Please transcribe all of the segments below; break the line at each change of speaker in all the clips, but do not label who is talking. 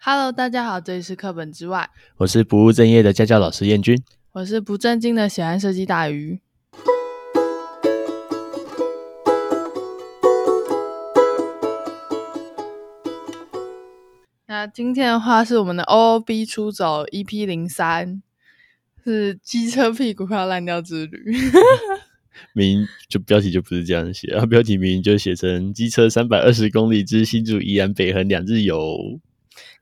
Hello，大家好，这里是课本之外，
我是不务正业的家教老师燕君。
我是不正经的喜欢设计大鱼。那今天的话是我们的 OOB 出走 EP 零三，是机车屁股快要烂掉之旅。
明就标题就不是这样写，啊，标题明明就写成“机车三百二十公里之新竹宜兰北横两日游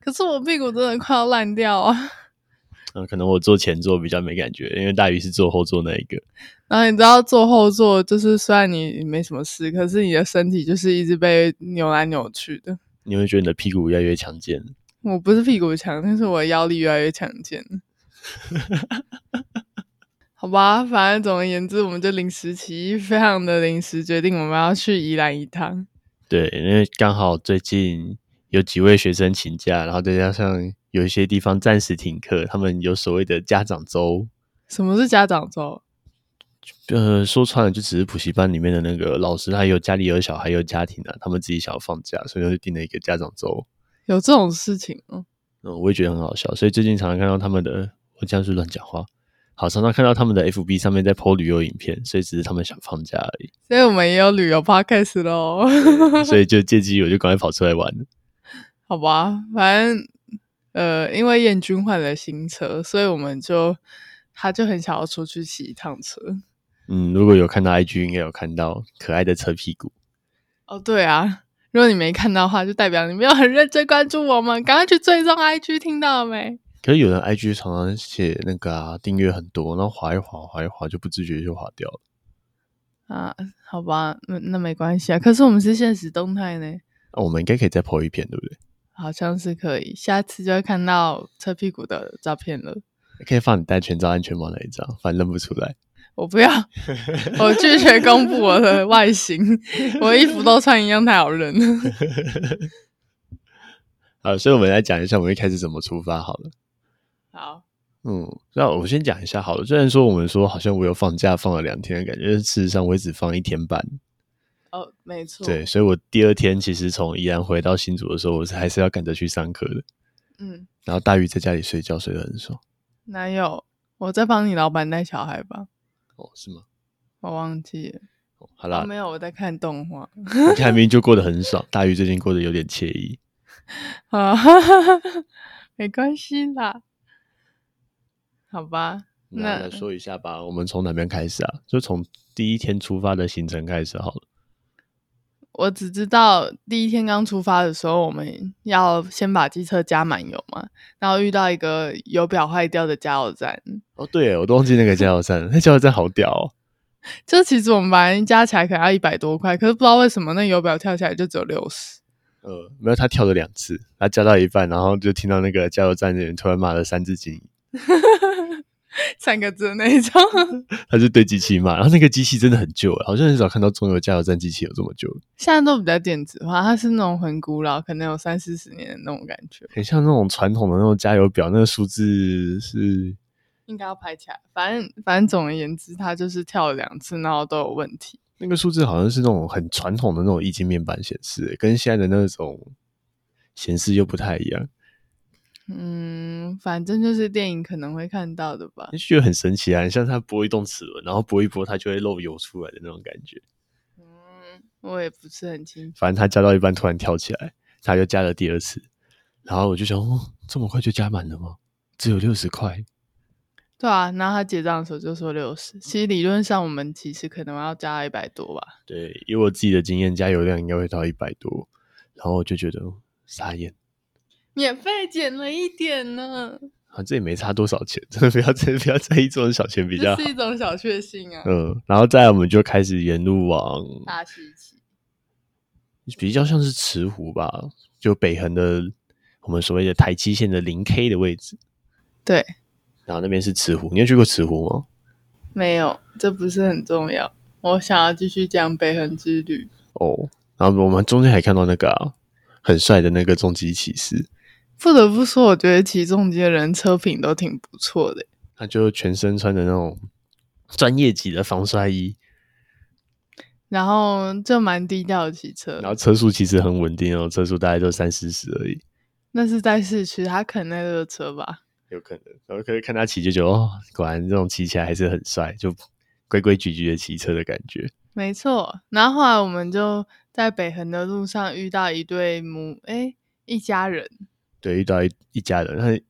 可是我屁股真的快要烂掉啊！”。
嗯，可能我坐前座比较没感觉，因为大鱼是坐后座那一个。
然后你知道坐后座，就是虽然你没什么事，可是你的身体就是一直被扭来扭去的。
你会觉得你的屁股越来越强健。
我不是屁股强，但是我的腰力越来越强健。好吧，反正总而言之，我们就临时起意，非常的临时决定我们要去宜兰一趟。
对，因为刚好最近有几位学生请假，然后再加上有一些地方暂时停课，他们有所谓的家长周。
什么是家长周？
呃，说穿了就只是补习班里面的那个老师，他有家里有小孩有家庭啊，他们自己想要放假，所以就定了一个家长周。
有这种事情哦？
嗯，我也觉得很好笑，所以最近常常看到他们的，我这样是乱讲话，好，常常看到他们的 FB 上面在 PO 旅游影片，所以只是他们想放假而已，
所以我们也有旅游 podcast 喽。
所以就借机我就赶快跑出来玩了。
好吧，反正呃，因为燕君换了新车，所以我们就他就很想要出去骑一趟车。
嗯，如果有看到 IG，应该有看到可爱的车屁股，
哦，对啊，如果你没看到的话，就代表你没有很认真关注我们，赶快去追踪 IG，听到了没？
可是有人 IG 常常写那个啊，订阅很多，然后划一划划一划就不自觉就划掉了。
啊，好吧，那那没关系啊。可是我们是现实动态呢，
那我们应该可以再 PO 一篇，对不对？
好像是可以，下次就会看到车屁股的照片了。
可以放你戴全罩安全帽那一张，反正认不出来。
我不要，我拒绝公布我的外形， 我衣服都穿一样太好认了。
啊，所以我们来讲一下我们一开始怎么出发好了。
好，
嗯，那我先讲一下好了。虽然说我们说好像我有放假放了两天的感觉，但事实上我也只放一天半。
哦，没错，
对，，所以我第二天其实从宜兰回到新竹的时候，我是还是要赶着去上课的。
嗯，
然后大鱼在家里睡觉睡得很爽。
哪有？我在帮你老板带小孩吧，
哦，是吗？
我忘记了，
哦好
哦
啦，
没有，我在看动画。
你看明明就过得很爽，大鱼最近过得有点惬意。
啊，没关系啦，好吧，
那
那
来说一下吧，我们从哪边开始啊？就从第一天出发的行程开始好了。
我只知道第一天刚出发的时候，我们要先把机车加满油嘛，然后遇到一个油表坏掉的加油站，
哦，对耶，我都忘记那个加油站了，那加油站好屌哦。
就其实我们本来加起来可能要一百多块，可是不知道为什么那油表跳起来就只有六十。
呃，没有，他跳了两次，他加到一半，然后就听到那个加油站的人突然骂了三字经，
三个字的那一种，
他就对机器骂，然后那个机器真的很旧，好像很少看到中油加油站机器有这么旧，
现在都比较电子化，它是那种很古老，可能有三四十年的那种感觉。
很像那种传统的那种加油表，那个数字是
应该要拍起来。反正反正总而言之，他就是跳了两次，然后都有问题。
那个数字好像是那种很传统的那种液晶面板显示，跟现在的那种显示又不太一样，
嗯，反正就是电影可能会看到的吧
你。就觉得很神奇啊，很像它拨一动齿轮，然后拨一拨它就会漏油出来的那种感觉。
嗯，我也不是很清楚。
反正他加到一半突然跳起来，他又加了第二次，然后我就想，哦，这么快就加满了吗？只有六十块，
对啊，然后他结账的时候就说六十，其实理论上我们其实可能要加一百多吧。
对，以我自己的经验，加油量应该会到一百多，然后我就觉得哦傻眼，
免费减了一点呢，
啊，这也没差多少钱， 真的不要真的不要在意这种小钱比较
这
好
是，一种小确幸啊。
嗯，然后再来我们就开始沿路往
大稀奇，
比较像是池湖吧，就北横的我们所谓的台七线的零 K 的位置，
对，
然后那边是池湖，你有去过池湖吗？
没有，这不是很重要。我想要继续讲北横之旅。
哦，然后我们中间还看到那个、啊、很帅的那个终极骑士，
不得不说，我觉得骑重机的人车品都挺不错的。
他就全身穿着那种专业级的防摔衣，
然后就蛮低调的骑车
然，后车速其实很稳定哦，车速大概就三四十而已。
那是在市区，他可能在热车吧？
有可能。然后可是看他骑就觉得，哦，果然这种骑起来还是很帅，就规规矩矩的骑车的感觉。
没错。然后后来我们就在北横的路上遇到一对母，哎，一家人，
对，遇到一一家人，他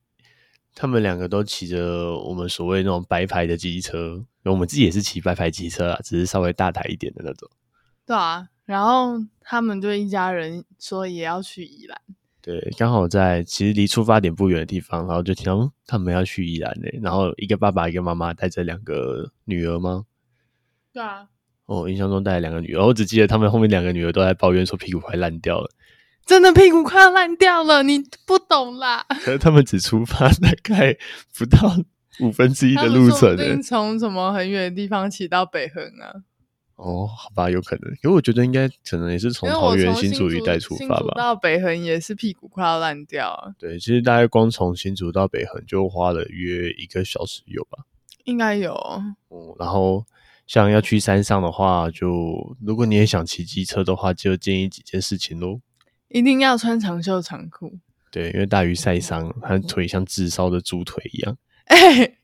他们两个都骑着我们所谓那种白牌的机车，然后我们自己也是骑白牌机车啊，只是稍微大台一点的那种。
对啊。然后他们就一家人说也要去宜兰，
对，刚好在其实离出发点不远的地方，然后就听到嗯他们要去宜兰呢、然后一个爸爸一个妈妈带着两个女儿吗？
对啊，
哦，我印象中带了两个女儿，我只记得他们后面两个女儿都在抱怨说屁股快烂掉了，
真的屁股快要烂掉了，你不懂啦。
可是他们只出发大概不到五分之一
他
的
们
路
说
程欸
不
呢、
定从什么很远的地方骑到北横啊，
哦，好吧，有可能，因为我觉得应该可能也是从
因为
桃
我
园
从新
竹一带出
新
发
竹
吧。
到北横也是屁股快要烂掉啊，
对，其实大概光从新竹到北横就花了约一个小时有吧。
应该有哦
哦，然后像要去山上的话，就如果你也想骑机车的话，就建议几件事情喽。
一定要穿长袖长裤。
对，因为大鱼晒伤，他腿像炙烧的猪腿一样。
哎、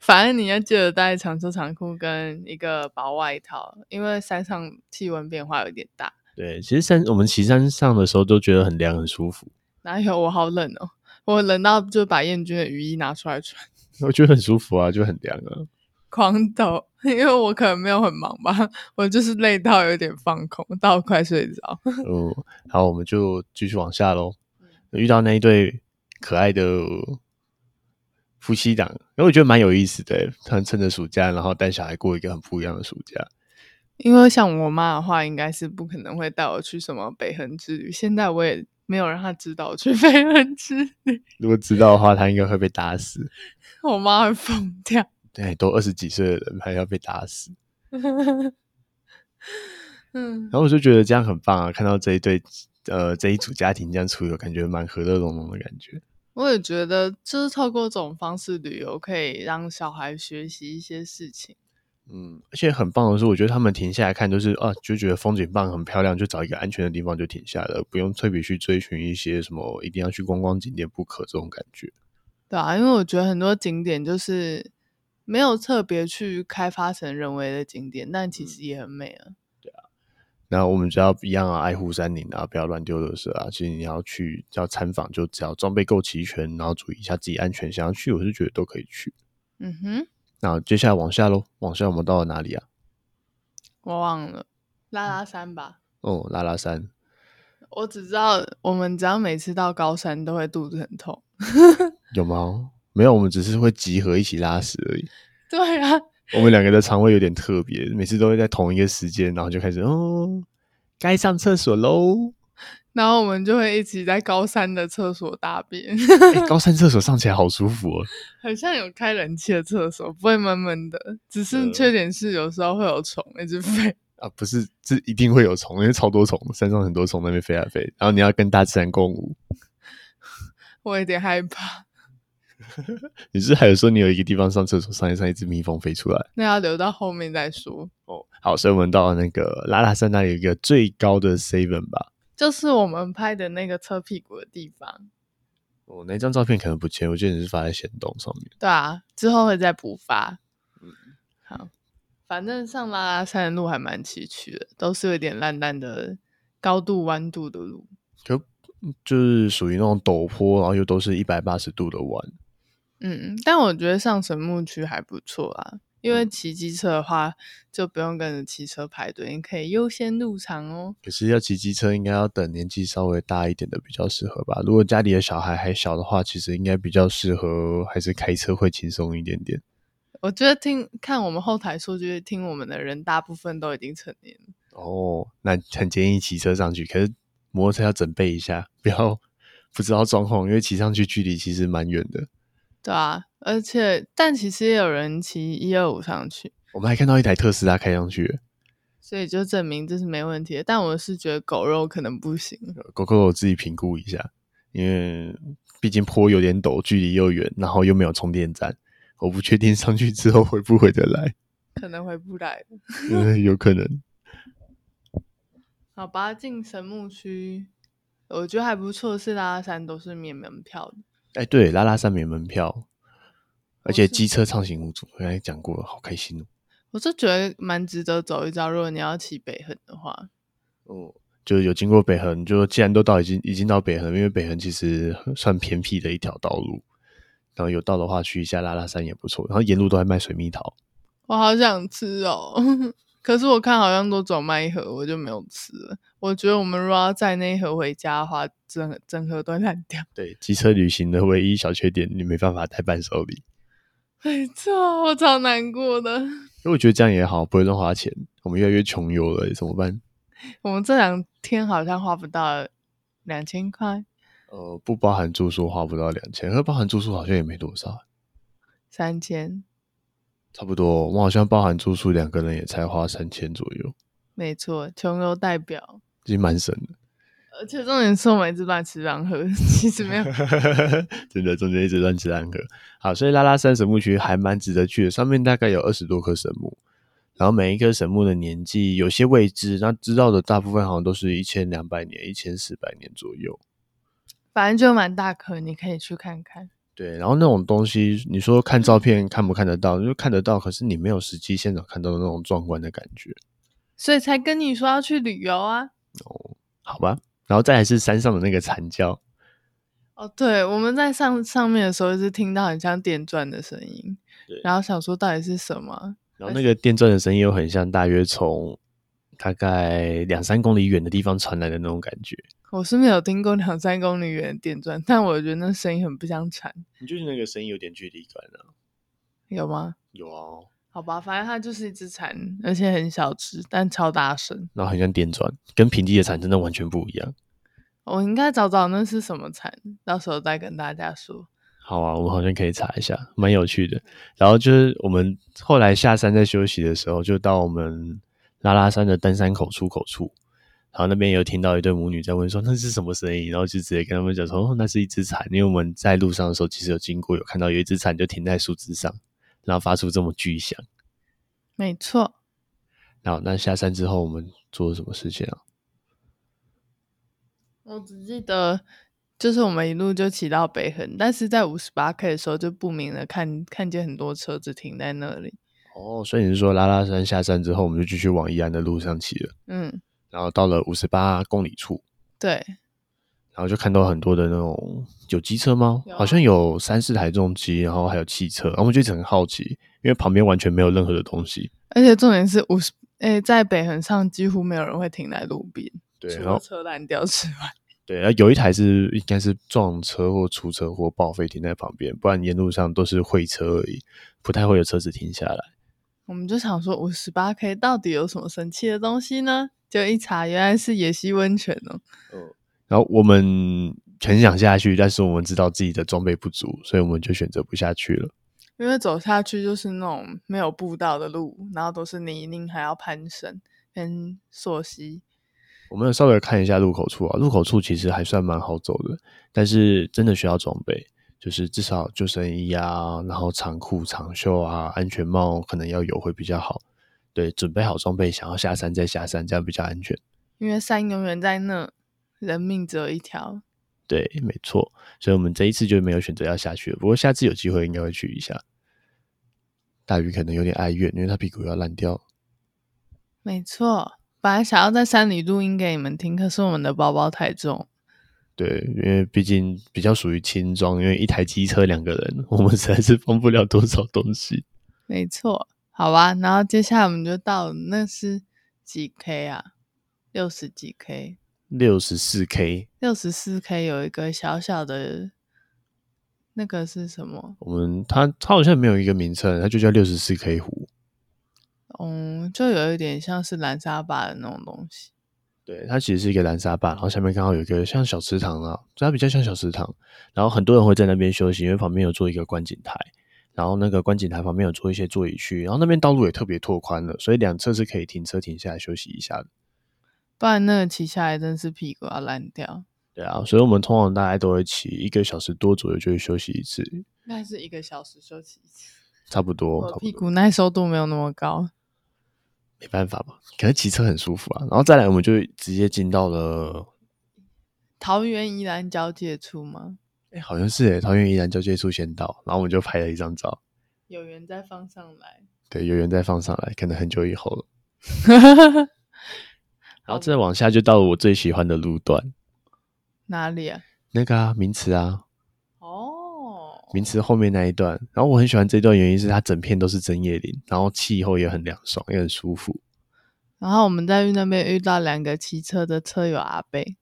反正你要记得带长袖长裤跟一个薄外套，因为山上气温变化有点大。
对，其实山我们骑山上的时候都觉得很凉很舒服，
哪有我好冷哦，我冷到就把燕军的雨衣拿出来穿，
我觉得很舒服啊，就很凉啊。
狂抖， 因为我可能没有很忙吧，我就是累到有点放空，到快睡着。
嗯，好，我们就继续往下喽。遇到那一对可爱的夫妻档，因为我觉得蛮有意思的欸，他们趁着暑假，然后带小孩过一个很不一样的暑假。
因为像我妈的话，应该是不可能会带我去什么北横之旅。现在我也没有让她知道我去 北横之旅，
如果知道的话，他应该会被打死。
我妈会疯掉。
对，哎都二十几岁的人还要被打死，
嗯
然，后我就觉得这样很棒啊！看到这一对呃这一组家庭这样出游，感觉蛮和乐融融的感觉。
我也觉得，就是透过这种方式旅游，可以让小孩学习一些事情。
嗯，而且很棒的是，我觉得他们停下来看，就是啊，就觉得风景棒很漂亮，就找一个安全的地方就停下来了，不用特别去追寻一些什么一定要去观光景点不可这种感觉。
对啊，因为我觉得很多景点就是没有特别去开发成人为的景点，但其实也很美啊。
那我们只要一样啊，爱护山林啊，不要乱丢垃圾啊。其实你要去要参访，就只要装备够齐全，然后注意一下自己安全，想要去，我是觉得都可以去。
嗯哼，
那接下来往下喽，往下我们到了哪里啊？
我忘了拉拉山吧。
哦，拉拉山。
我只知道，我们只要每次到高山都会肚子很痛。
有吗？没有，我们只是会集合一起拉屎而已。
对啊，
我们两个的肠胃有点特别，每次都会在同一个时间，然后就开始哦，该上厕所喽。
然后我们就会一起在高山的厕所大便，
诶哎高山厕所上起来好舒服哦。
很像有开冷气的厕所，不会闷闷的。只是
呃
缺点是有时候会有虫一直飞。
啊，不是，这一定会有虫，因为超多虫，山上很多虫在那边飞来飞，然后你要跟大自然共舞。
我有点害怕。
你是不是还有说你有一个地方上厕所，上一上一只蜜蜂飞出来
那要留到后面再说。
哦。好，所以我们到那个拉拉山那里有一个最高的 seven 吧。
就是我们拍的那个车屁股的地方，
哦，那张照片可能不见，我记得你是发在显洞上面。
对啊，之后会再补发。嗯好，反正上拉拉山的路还蛮崎岖的，都是有点烂烂的高度弯度的路。
可嗯就是属于那种陡坡，然后又都是一百八十度的弯。
嗯，但我觉得上神木区还不错啊，因为骑机车的话就不用跟着汽车排队，你可以优先入场哦。
可是要骑机车，应该要等年纪稍微大一点的比较适合吧。如果家里的小孩还小的话，其实应该比较适合还是开车会轻松一点点。
我觉得听看我们后台数据，听我们的人大部分都已经成年了。
哦，那很建议骑车上去，可是摩托车要准备一下，不要不知道状况，因为骑上去距离其实蛮远的。
对啊，而且但其实也有人骑一二五上去，
我们还看到一台特斯拉开上去，
所以就证明这是没问题的。但我是觉得狗肉可能不行，
狗狗我自己评估一下，因为毕竟坡有点陡，距离又远，然后又没有充电站，我不确定上去之后回不回得来，
可能回不来的。
嗯有可能。
好吧，进神木区，我觉得还不错，是拉拉山都是免门票的。
哎，哦对，拉拉山免门票，而且
是
机车畅行无阻，刚才讲过了，好开心哦。
我是觉得蛮值得走一遭，如果你要骑北横的话，
哦，就是有经过北横，就既然都到已经已经到北横了，因为北横其实算偏僻的一条道路，然后有到的话去一下拉拉山也不错，然后沿路都在卖水蜜桃。
我好想吃哦。 可是我看好像都走卖一盒，我就没有吃了。我觉得我们如果要载那一盒回家的话，整整盒都会烂掉。
对，机车旅行的唯一小缺点，你没办法带伴手礼，
没错，我超难过的。
因为我觉得这样也好，不会乱花钱。我们越来越穷游了，怎么办？
我们这两天好像花不到两千块，
呃，不包含住宿花不到两千，而包含住宿好像也没多少，
三千，
差不多。我好像包含住宿两个人也才花三千左右，
没错，穷游代表。
已经蛮省的。
而且重点是我们一直乱吃乱喝，其实没有
真的中间一直乱吃乱喝。好，所以拉拉山神木区还蛮值得去的，上面大概有二十多棵神木，然后每一棵神木的年纪有些未知，那知道的大部分好像都是一千两百年、一千四百年左右。
反正就蛮大颗，你可以去看看。
对，然后那种东西，你说看照片看不看得到？就看得到，可是你没有实际现场看到的那种壮观的感觉，
所以才跟你说要去旅游啊。
好吧？然后再来是山上的那个惨叫，
哦，对，我们在上上面的时候，一直听到很像电钻的声音
对，
然后想说到底是什么？
然后那个电钻的声音又很像大约从大概两三公里远的地方传来的那种感觉。
我是没有听过两三公里远的电钻，但我觉得那声音很不像蝉，
你就是那个声音有点距离感啊。
有吗？
有啊，
好吧，反正它就是一只蝉，而且很小只，但超大声。
然后很像电钻，跟平地的产真的完全不一样。
我应该找找那是什么蝉，到时候再跟大家说。
好啊，我们好像可以查一下，蛮有趣的。然后就是我们后来下山在休息的时候，就到我们拉拉山的登山口出口处，然后那边有听到一对母女在问说那是什么声音，然后就直接跟他们讲说、哦、那是一只蝉，因为我们在路上的时候其实有经过，有看到有一只蝉就停在树枝上，然后发出这么巨响。
没错，
然后那下山之后我们做了什么事情啊？
我只记得就是我们一路就骑到北横，但是在五十八 K 的时候就不明的看看见很多车子停在那里。
哦，所以你是说拉拉山下山之后，我们就继续往宜安的路上骑了，
嗯，
然后到了五十八公里处，
对，
然后就看到很多的那种有机车吗？
有啊
好像有三四台重机，然后还有汽车，然后我们就一直很好奇，因为旁边完全没有任何的东西。
而且重点是五十，诶，在北横上几乎没有人会停在路边，
对，
除
然
了
后
车烂掉之外，
对，然后有一台是应该是撞车或出车祸报废停在旁边，不然沿路上都是会车而已，不太会有车子停下来。
我们就想说五十八 K 到底有什么神奇的东西呢？就一查，原来是野溪温泉哦。
然后我们很想下去，但是我们知道自己的装备不足，所以我们就选择不下去了。
因为走下去就是那种没有步道的路，然后都是泥泞，还要攀升跟溯溪。
我们有稍微看一下入口处啊，入口处其实还算蛮好走的，但是真的需要装备，就是至少救生衣啊，然后长裤、长袖啊，安全帽可能要有会比较好。对，准备好装备，想要下山再下山，这样比较安全。
因为山永远在那，人命只有一条。
对，没错，所以我们这一次就没有选择要下去了。不过下次有机会应该会去一下。大鱼可能有点哀怨，因为他屁股要烂掉。
没错，本来想要在山里录音给你们听，可是我们的包包太重。
对，因为毕竟比较属于轻装，因为一台机车两个人，我们实在是放不了多少东西。
没错，好吧，然后接下来我们就到了那是几 K 啊？六十几 K，
六十四 K，
六十四 K 有一个小小的，那个是什么？
我们它它好像没有一个名称，它就叫六十四 K 湖。
嗯，就有一点像是蓝沙坝的那种东西。
对，它其实是一个蓝沙坝，然后下面刚好有一个像小池塘啊，它比较像小池塘，然后很多人会在那边休息，因为旁边有做一个观景台，然后那个观景台旁边有做一些座椅区，然后那边道路也特别拓宽了，所以两侧是可以停车停下来休息一下的。
不然那个骑下来真是屁股要烂掉。
对啊，所以我们通常大概都会骑一个小时多左右就会休息一次，
应该是一个小时休息一次。
差不多，差
我
不
屁
多。
股耐受度没有那么高，
没办法吧，可是骑车很舒服啊。然后再来，我们就直接进到了
桃园宜兰交界处吗？
哎、好像是哎，桃园宜兰交界处先到，然后我们就拍了一张照。
有缘再放上来。
对，有缘再放上来，可能很久以后了。然后再往下就到了我最喜欢的路段，
哪里啊？
那个啊，名词啊，
哦，
名词后面那一段。然后我很喜欢这段原因是它整片都是针叶林，然后气候也很凉爽，也很舒服。
然后我们在那边遇到两个骑车的车友阿贝，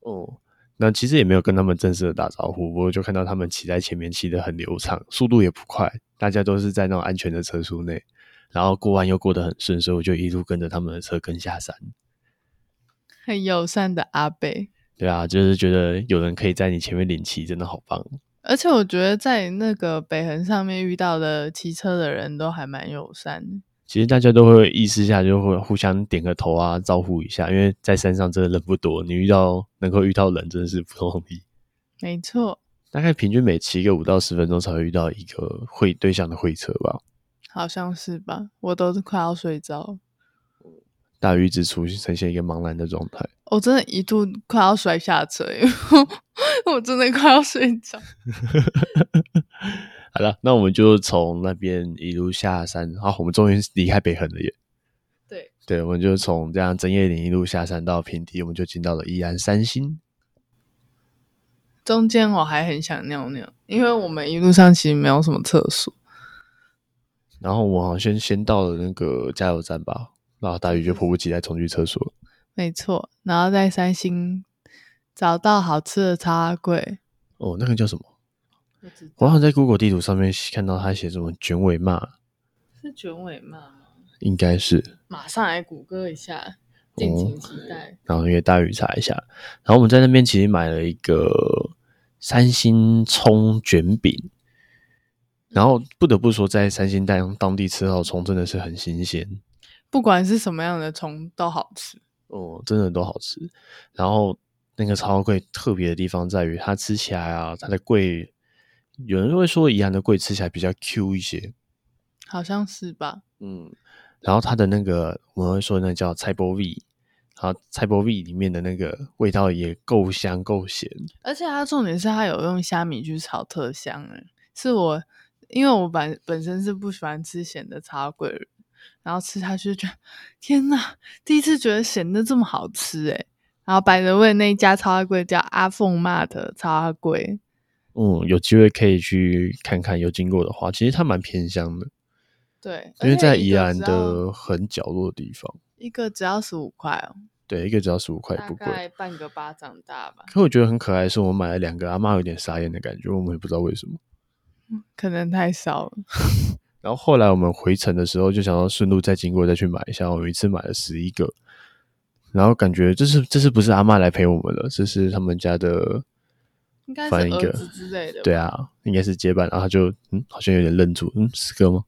哦，那其实也没有跟他们正式的打招呼，不过就看到他们骑在前面骑得很流畅，速度也不快，大家都是在那种安全的车速内，然后过弯又过得很顺，所以我就一路跟着他们的车跟下山。
很友善的阿贝。
对啊，就是觉得有人可以在你前面领骑，真的好棒。
而且我觉得在那个北横上面遇到的骑车的人都还蛮友善的。
其实大家都会意识一下，就会互相点个头啊，招呼一下，因为在山上真的人不多，你遇到能够遇到人真的是不容易。
没错，
大概平均每骑个五到十分钟才会遇到一个会对象的会车吧。
好像是吧？我都是快要睡着了，
大鱼之出呈现一个茫然的状态。
我真的一度快要摔下车，因为我 真的快要睡着。
好了，那我们就从那边一路下山，啊，我们终于离开北横了耶。
对，
对，我们就从这样针叶林一路下山到平地，我们就进到了宜兰三星。
中间我还很想尿尿，因为我们一路上其实没有什么厕所。
然后我好像先先到了那个加油站吧，然后大鱼就迫不及待冲去厕所。
没错，然后在三星找到好吃的茶柜，
哦，那个叫什么？我好像在 Google 地图上面看到他写什么卷尾鳗，
是卷尾鳗吗？
应该是。
马上来谷歌一下，
敬
敬
请
请期待。
然后约大鱼查一下。然后我们在那边其实买了一个三星葱卷饼，然后不得不说，在三星当当地吃到的葱真的是很新鲜
不管是什么样的虫都好吃，
哦，真的都好吃。然后那个超贵特别的地方在于，它吃起来啊，它的贵，有人会说宜兰的贵吃起来比较 Q 一些，
好像是吧？
嗯，然后它的那个我们会说那叫菜包 V，然后菜包 V 里面的那个味道也够香够咸，
而且它重点是它有用虾米去炒特香，哎，是我因为我本本身是不喜欢吃咸的茶桂人，然后吃下去就觉得天呐，第一次觉得咸的这么好吃哎。然后百德味那一家超贵，叫阿凤妈的超贵，
嗯，有机会可以去看看，有经过的话，其实它蛮偏乡的，
对，
因
而且
为在
一
宜
个
兰
只要
的很角落的地方，
一个只要十五块哦，
对，一个只要十五块，
大
不贵。
概半个巴掌大吧，
可我觉得很可爱，是我买了两个，阿妈有点傻眼的感觉，我们也不知道为什么。
可能太少了。
然后后来我们回程的时候，就想要顺路再经过再去买一下，我们一次买了十一个，然后感觉这是这是不是阿妈来陪我们了？这是他们家的，
应该是
反正一
儿
个
子之类的。
对，啊，应该是接班，然后他就嗯，好像有点愣住，嗯，十个吗？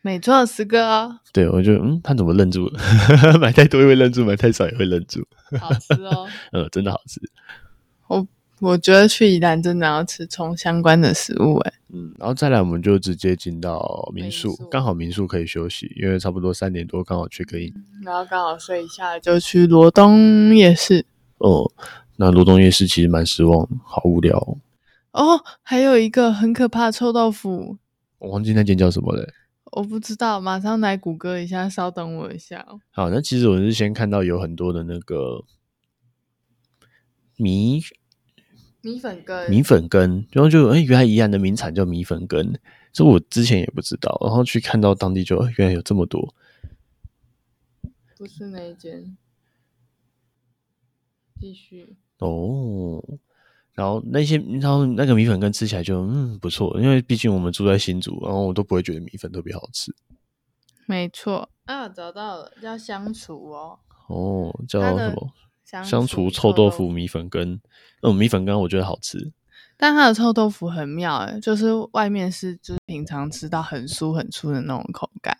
没错，十个哦，
对，我就嗯，他怎么愣住了？ 买太多也会愣住，买太少也会愣住。
好吃哦。
呃，真的好吃。
我觉得去宜兰真的要吃葱相关的食物，哎，
嗯，然后再来，我们就直接进到民宿
民，宿
刚好民宿可以休息，因为差不多三点多刚好 check in。
然后刚好睡一下就去罗东夜市。
哦、那罗东夜市其实蛮失望，好无聊哦、
哦，还有一个很可怕的臭豆腐，
我忘记那间叫什么了。
我不知道，马上来谷歌一下，稍等我一下哦。
好，那其实我是先看到有很多的那个米
米粉跟
米粉羹，然后就哎、诶原来宜兰的名产叫米粉羹，这我之前也不知道，然后去看到当地就、诶原来有这么多，
不是那一间，继续。
哦，然后那些，然后那个米粉羹吃起来就嗯不错，因为毕竟我们住在新竹，然后我都不会觉得米粉特别好吃。
没错啊，找到了，叫香厨哦，
哦，叫
它
什
的
么？
香
香
厨
厨臭豆腐米粉羹，嗯，米粉羹我觉得好吃。
但它的臭豆腐很妙、欸，就是外面是就是平常吃到很酥很酥的那种口感，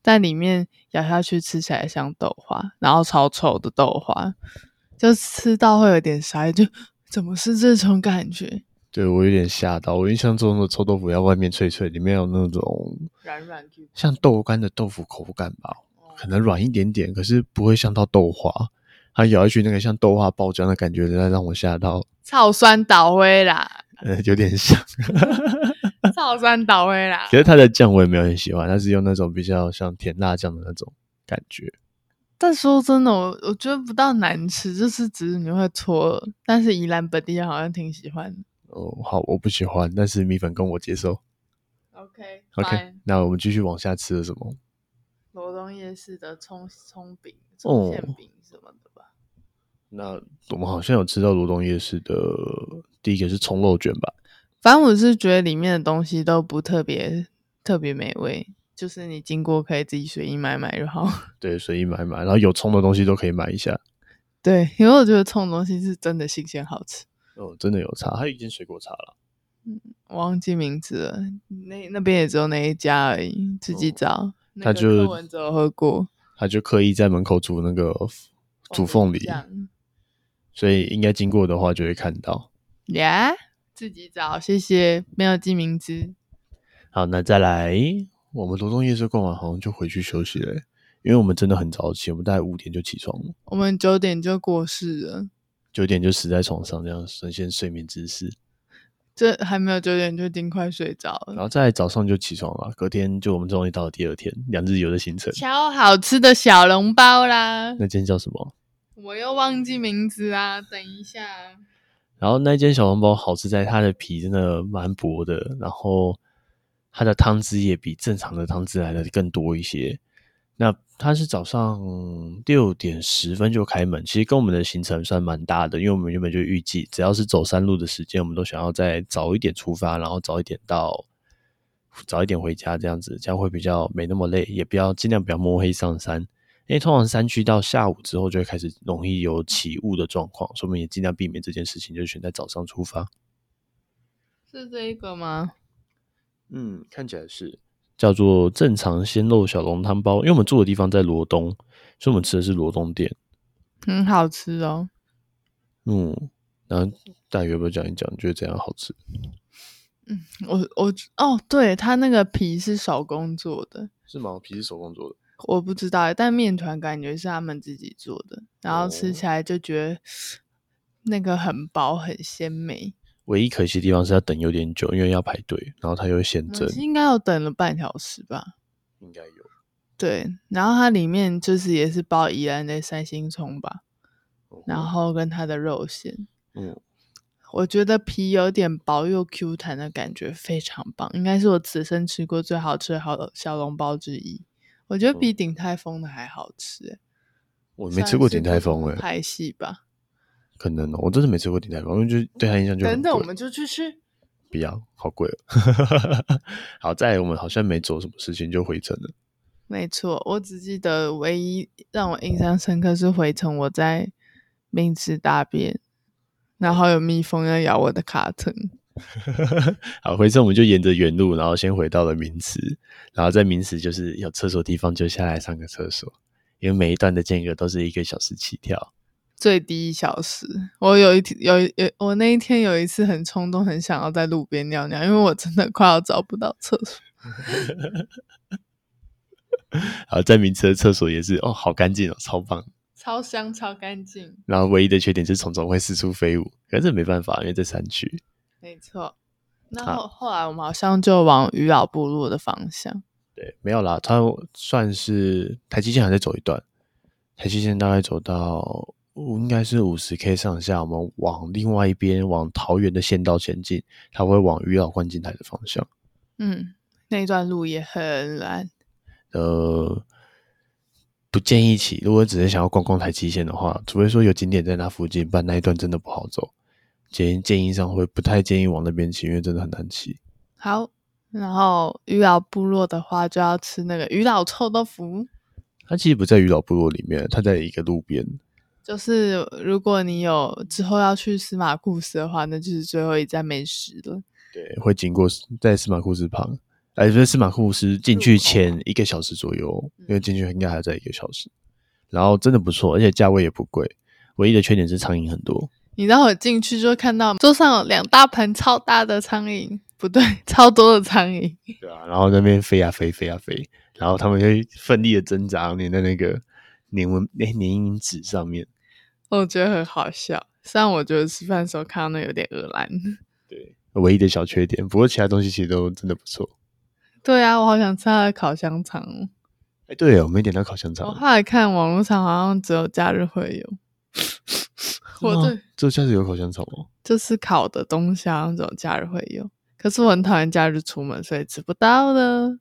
但里面咬下去吃起来像豆花，然后超臭的豆花，就吃到会有点傻眼，就怎么是这种感觉？
对我有点吓到，我印象中的臭豆腐要外面脆脆，里面有那种
软软哦 Q，
像豆干的豆腐口感吧，可能软一点点，可是不会像到豆花。它咬下去那个像豆花爆浆的感觉，真的让我吓到，
草酸倒灰啦，
呃，有点像。
草酸倒灰啦
其。实它的酱我也没有很喜欢，它是用那种比较像甜辣酱的那种感觉。
但说真的，我我觉得不到难吃，就是只是你会错愕。但是宜兰本地人好像挺喜欢的。
哦，好，我不喜欢，但是米粉跟我接受。
OK
OK，那我们继续往下吃了什么？
罗东夜市的葱葱饼、
哦
葱馅饼什么的吧。
那我们好像有吃到罗东夜市的第一个是葱肉卷吧？
反正我是觉得里面的东西都不特别特别美味，就是你经过可以自己随意买买就好。
对，随意买买，然后有葱的东西都可以买一下。
对，因为我觉得葱的东西是真的新鲜好吃。
哦，真的有差，还有一间水果茶啦。
我忘记名字了，那那边也只有那一家而已，自己
哦
找。那
他
个
就
柯文哲有喝过
他就刻意在门口煮那个煮
哦
凤梨，
酱
所以应该经过的话就会看到。
，Yeah，自己找，谢谢，没有记名字。
好，那再来，我们罗东夜市逛完好像就回去休息了欸、因为我们真的很早起，我们大概五点就起床了，
我们九点就过世了，
九点就死在床上，这样呈现睡眠姿势，
这还没有九点就已经快睡着
然
了。
后再来早上就起床了。隔天就我们终于到了第二天，两日游的行程。
超好吃的小笼包啦，
那间叫什么？
我又忘记名字啊，等一下。
然后那间小笼包好吃在它的皮真的蛮薄的，然后它的汤汁也比正常的汤汁来的更多一些。那它是早上六点十分就开门，其实跟我们的行程算蛮搭的，因为我们原本就预计只要是走山路的时间，我们都想要再早一点出发，然后早一点到，早一点回家这样子，这样会比较没那么累，也不要尽量不要摸黑上山。因为通常山区到下午之后就会开始容易有起雾的状况，所以我们也尽量避免这件事情，就选在早上出发。
是这一个吗？
嗯，看起来是叫做正常鲜肉小笼汤包，因为我们住的地方在罗东，所以我们吃的是罗东店。
很好吃哦。
嗯，然后大约要不要讲一讲，你觉得怎样好吃？
我我哦，对，它那个皮是手工做的，
是毛皮是手工做的，
我不知道欸，但面团感觉是他们自己做的，然后吃起来就觉得那个很薄很鲜美。
唯一可惜的地方是要等有点久，因为要排队，然后它又会现
我
蒸
们，应该有等了半小时吧？
应该有。
对，然后它里面就是也是包宜兰的三星葱吧，然后跟它的肉馅，
嗯，
我觉得皮有点薄又 Q 弹的感觉非常棒，应该是我此生吃过最好吃的好小笼包之一。我觉得比鼎泰丰的还好吃、欸，
嗯我没吃过鼎
算是
泰丰欸诶、
派系吧。
可能哦、我真的没吃过鼎泰丰，因为就是对它印象就很
等等，
贵
我们就去吃。
不要，好贵哦。 好在我们好像没做什么事情就回程了。
没错，我只记得唯一让我印象深刻是回程我在明池大便，然后有蜜蜂要咬我的卡层。
好，回程我们就沿着原路，然后先回到了名池，然后在名池就是有厕所地方就下来上个厕所，因为每一段的间隔都是一个小时起跳。
最低一小时，我有一天有一有我那一天有一次很冲动，很想要在路边尿尿，因为我真的快要找不到厕所。
然后在名池的厕所也是哦，好干净哦，超棒。
超香，超干净，
然后唯一的缺点是虫虫会四处飞舞，可是这没办法，因为在山区。
没错。那
好
后后来我们好像就往渔老部落的方向，
对，没有啦，它算是台七线还在走一段，台七线大概走到五应该是五十 K 上下，我们往另外一边往桃园的县道前进，它会往渔老观景台的方向。
嗯，那一段路也很蓝，
呃，不建议骑，如果只是想要逛逛台七线的话，除非说有景点在那附近，不然那一段真的不好走。建议建议上会不太建议往那边骑，因为真的很难骑。
好，然后渔老部落的话就要吃那个渔老臭豆腐，
它其实不在渔老部落里面，它在一个路边，
就是如果你有之后要去司马库斯的话，那就是最后一站美食了。
对，会经过司在司马库斯旁，哎，不是司马库斯进去前一个小时左右，因为进去应该还在一个小时。然后真的不错，而且价位也不贵，唯一的缺点是苍蝇很多。
你让我进去就看到桌上有两大盆超大的苍蝇， 不对，超多的苍蝇，
对啊，然后那边飞呀、飞，飞呀、飞，然后他们就会奋力的挣扎，粘在那个粘蚊哎粘蝇纸上面。
我觉得很好笑。虽然我觉得吃饭的时候看到那有点恶烂。
对，唯一的小缺点。不过其他东西其实都真的不错。
对啊，我好想吃他的烤香肠哦。
哎，对我没点到烤香肠
我，后来看网络上好像只有假日会有， 我
真的
哦对
吗，这下次有烤香肠哦。
就是烤的东西好像只有假日会有。可是我很讨厌假日出门，所以吃不到的。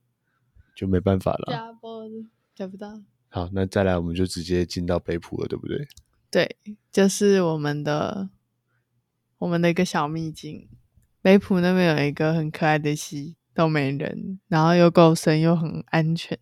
就没办法了。
播的找不到。
好，那再来我们就直接进到北浦了，对不对？
对，就是我们的我们的一个小秘境。北浦那边有一个很可爱的溪，都没人，然后又够深又很安全。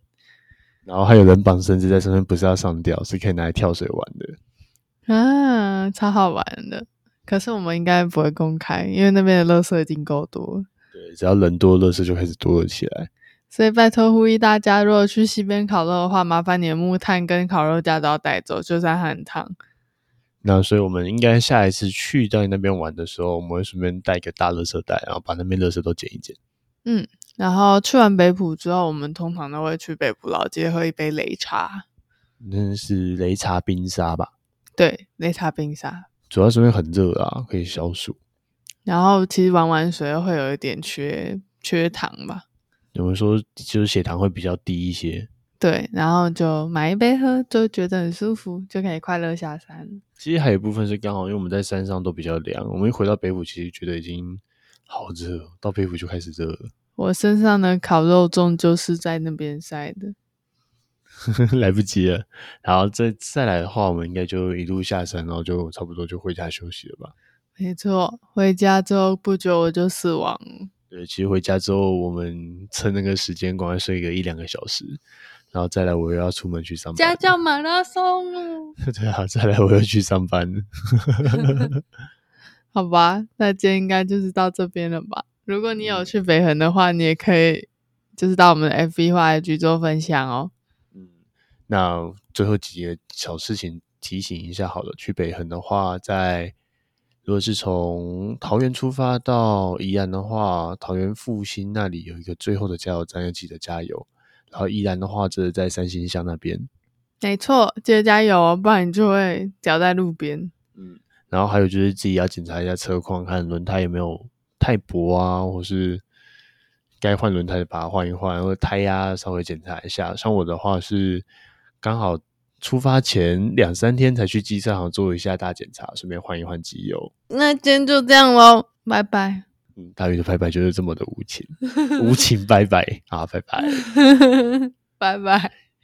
然后还有人绑绳子在上面，不是要上吊，是可以拿来跳水玩的。
啊，超好玩的。可是我们应该不会公开，因为那边的垃圾已经够多了，
对，只要人多，乐事就开始多了起来。
所以拜托呼吁大家，如果去西边烤肉的话，麻烦你的木炭跟烤肉架都要带走，就算它很烫。
那所以我们应该下一次去到你那边玩的时候，我们会顺便带一个大垃圾袋，然后把那边垃圾都捡一捡。
然后去完北浦之后，我们通常都会去北浦老街喝一杯擂茶，
那是擂茶冰沙吧？
对，擂茶冰沙。
主要是因为很热啊，可以消暑。
然后其实玩完水会有一点缺缺糖吧，
有人说就是血糖会比较低一些。
对，然后就买一杯喝，就觉得很舒服，就可以快乐下山。
其实还有一部分是刚好，因为我们在山上都比较凉，我们一回到北浦，其实觉得已经好热，到北浦就开始热了。
我身上的烤肉粽就是在那边晒的，
来不及了。然后再再来的话，我们应该就一路下山，然后就差不多就回家休息了吧。
没错。回家之后不久我就死亡了，
对，其实回家之后，我们趁那个时间赶快睡个一两个小时，然后再来我又要出门去上
家
班。
教马拉松哦。
对啊，再来我又去上班。
好吧，那今天应该就是到这边了吧？如果你有去北横的话，你也可以就是到我们的 FB 或 IG 做分享哦。
嗯那最后几个小事情提醒一下好了，去北横的话，在如果是从桃园出发到宜兰的话，桃园复兴那里有一个最后的加油站，要记得加油。然后宜兰的话，则是在三星乡那边。
没错，记得加油哦，不然你就会掉在路边。
然后还有就是自己要检查一下车况，看轮胎有没有太薄啊，或是该换轮胎的把它换一换，或者胎压稍微检查一下。像我的话是刚好出发前两三天才去机车行做一下大检查，顺便换一换机油。
那今天就这样喽，拜拜。
嗯，大鱼的拜拜就是这么的无情，无情拜拜啊，拜拜。
拜拜。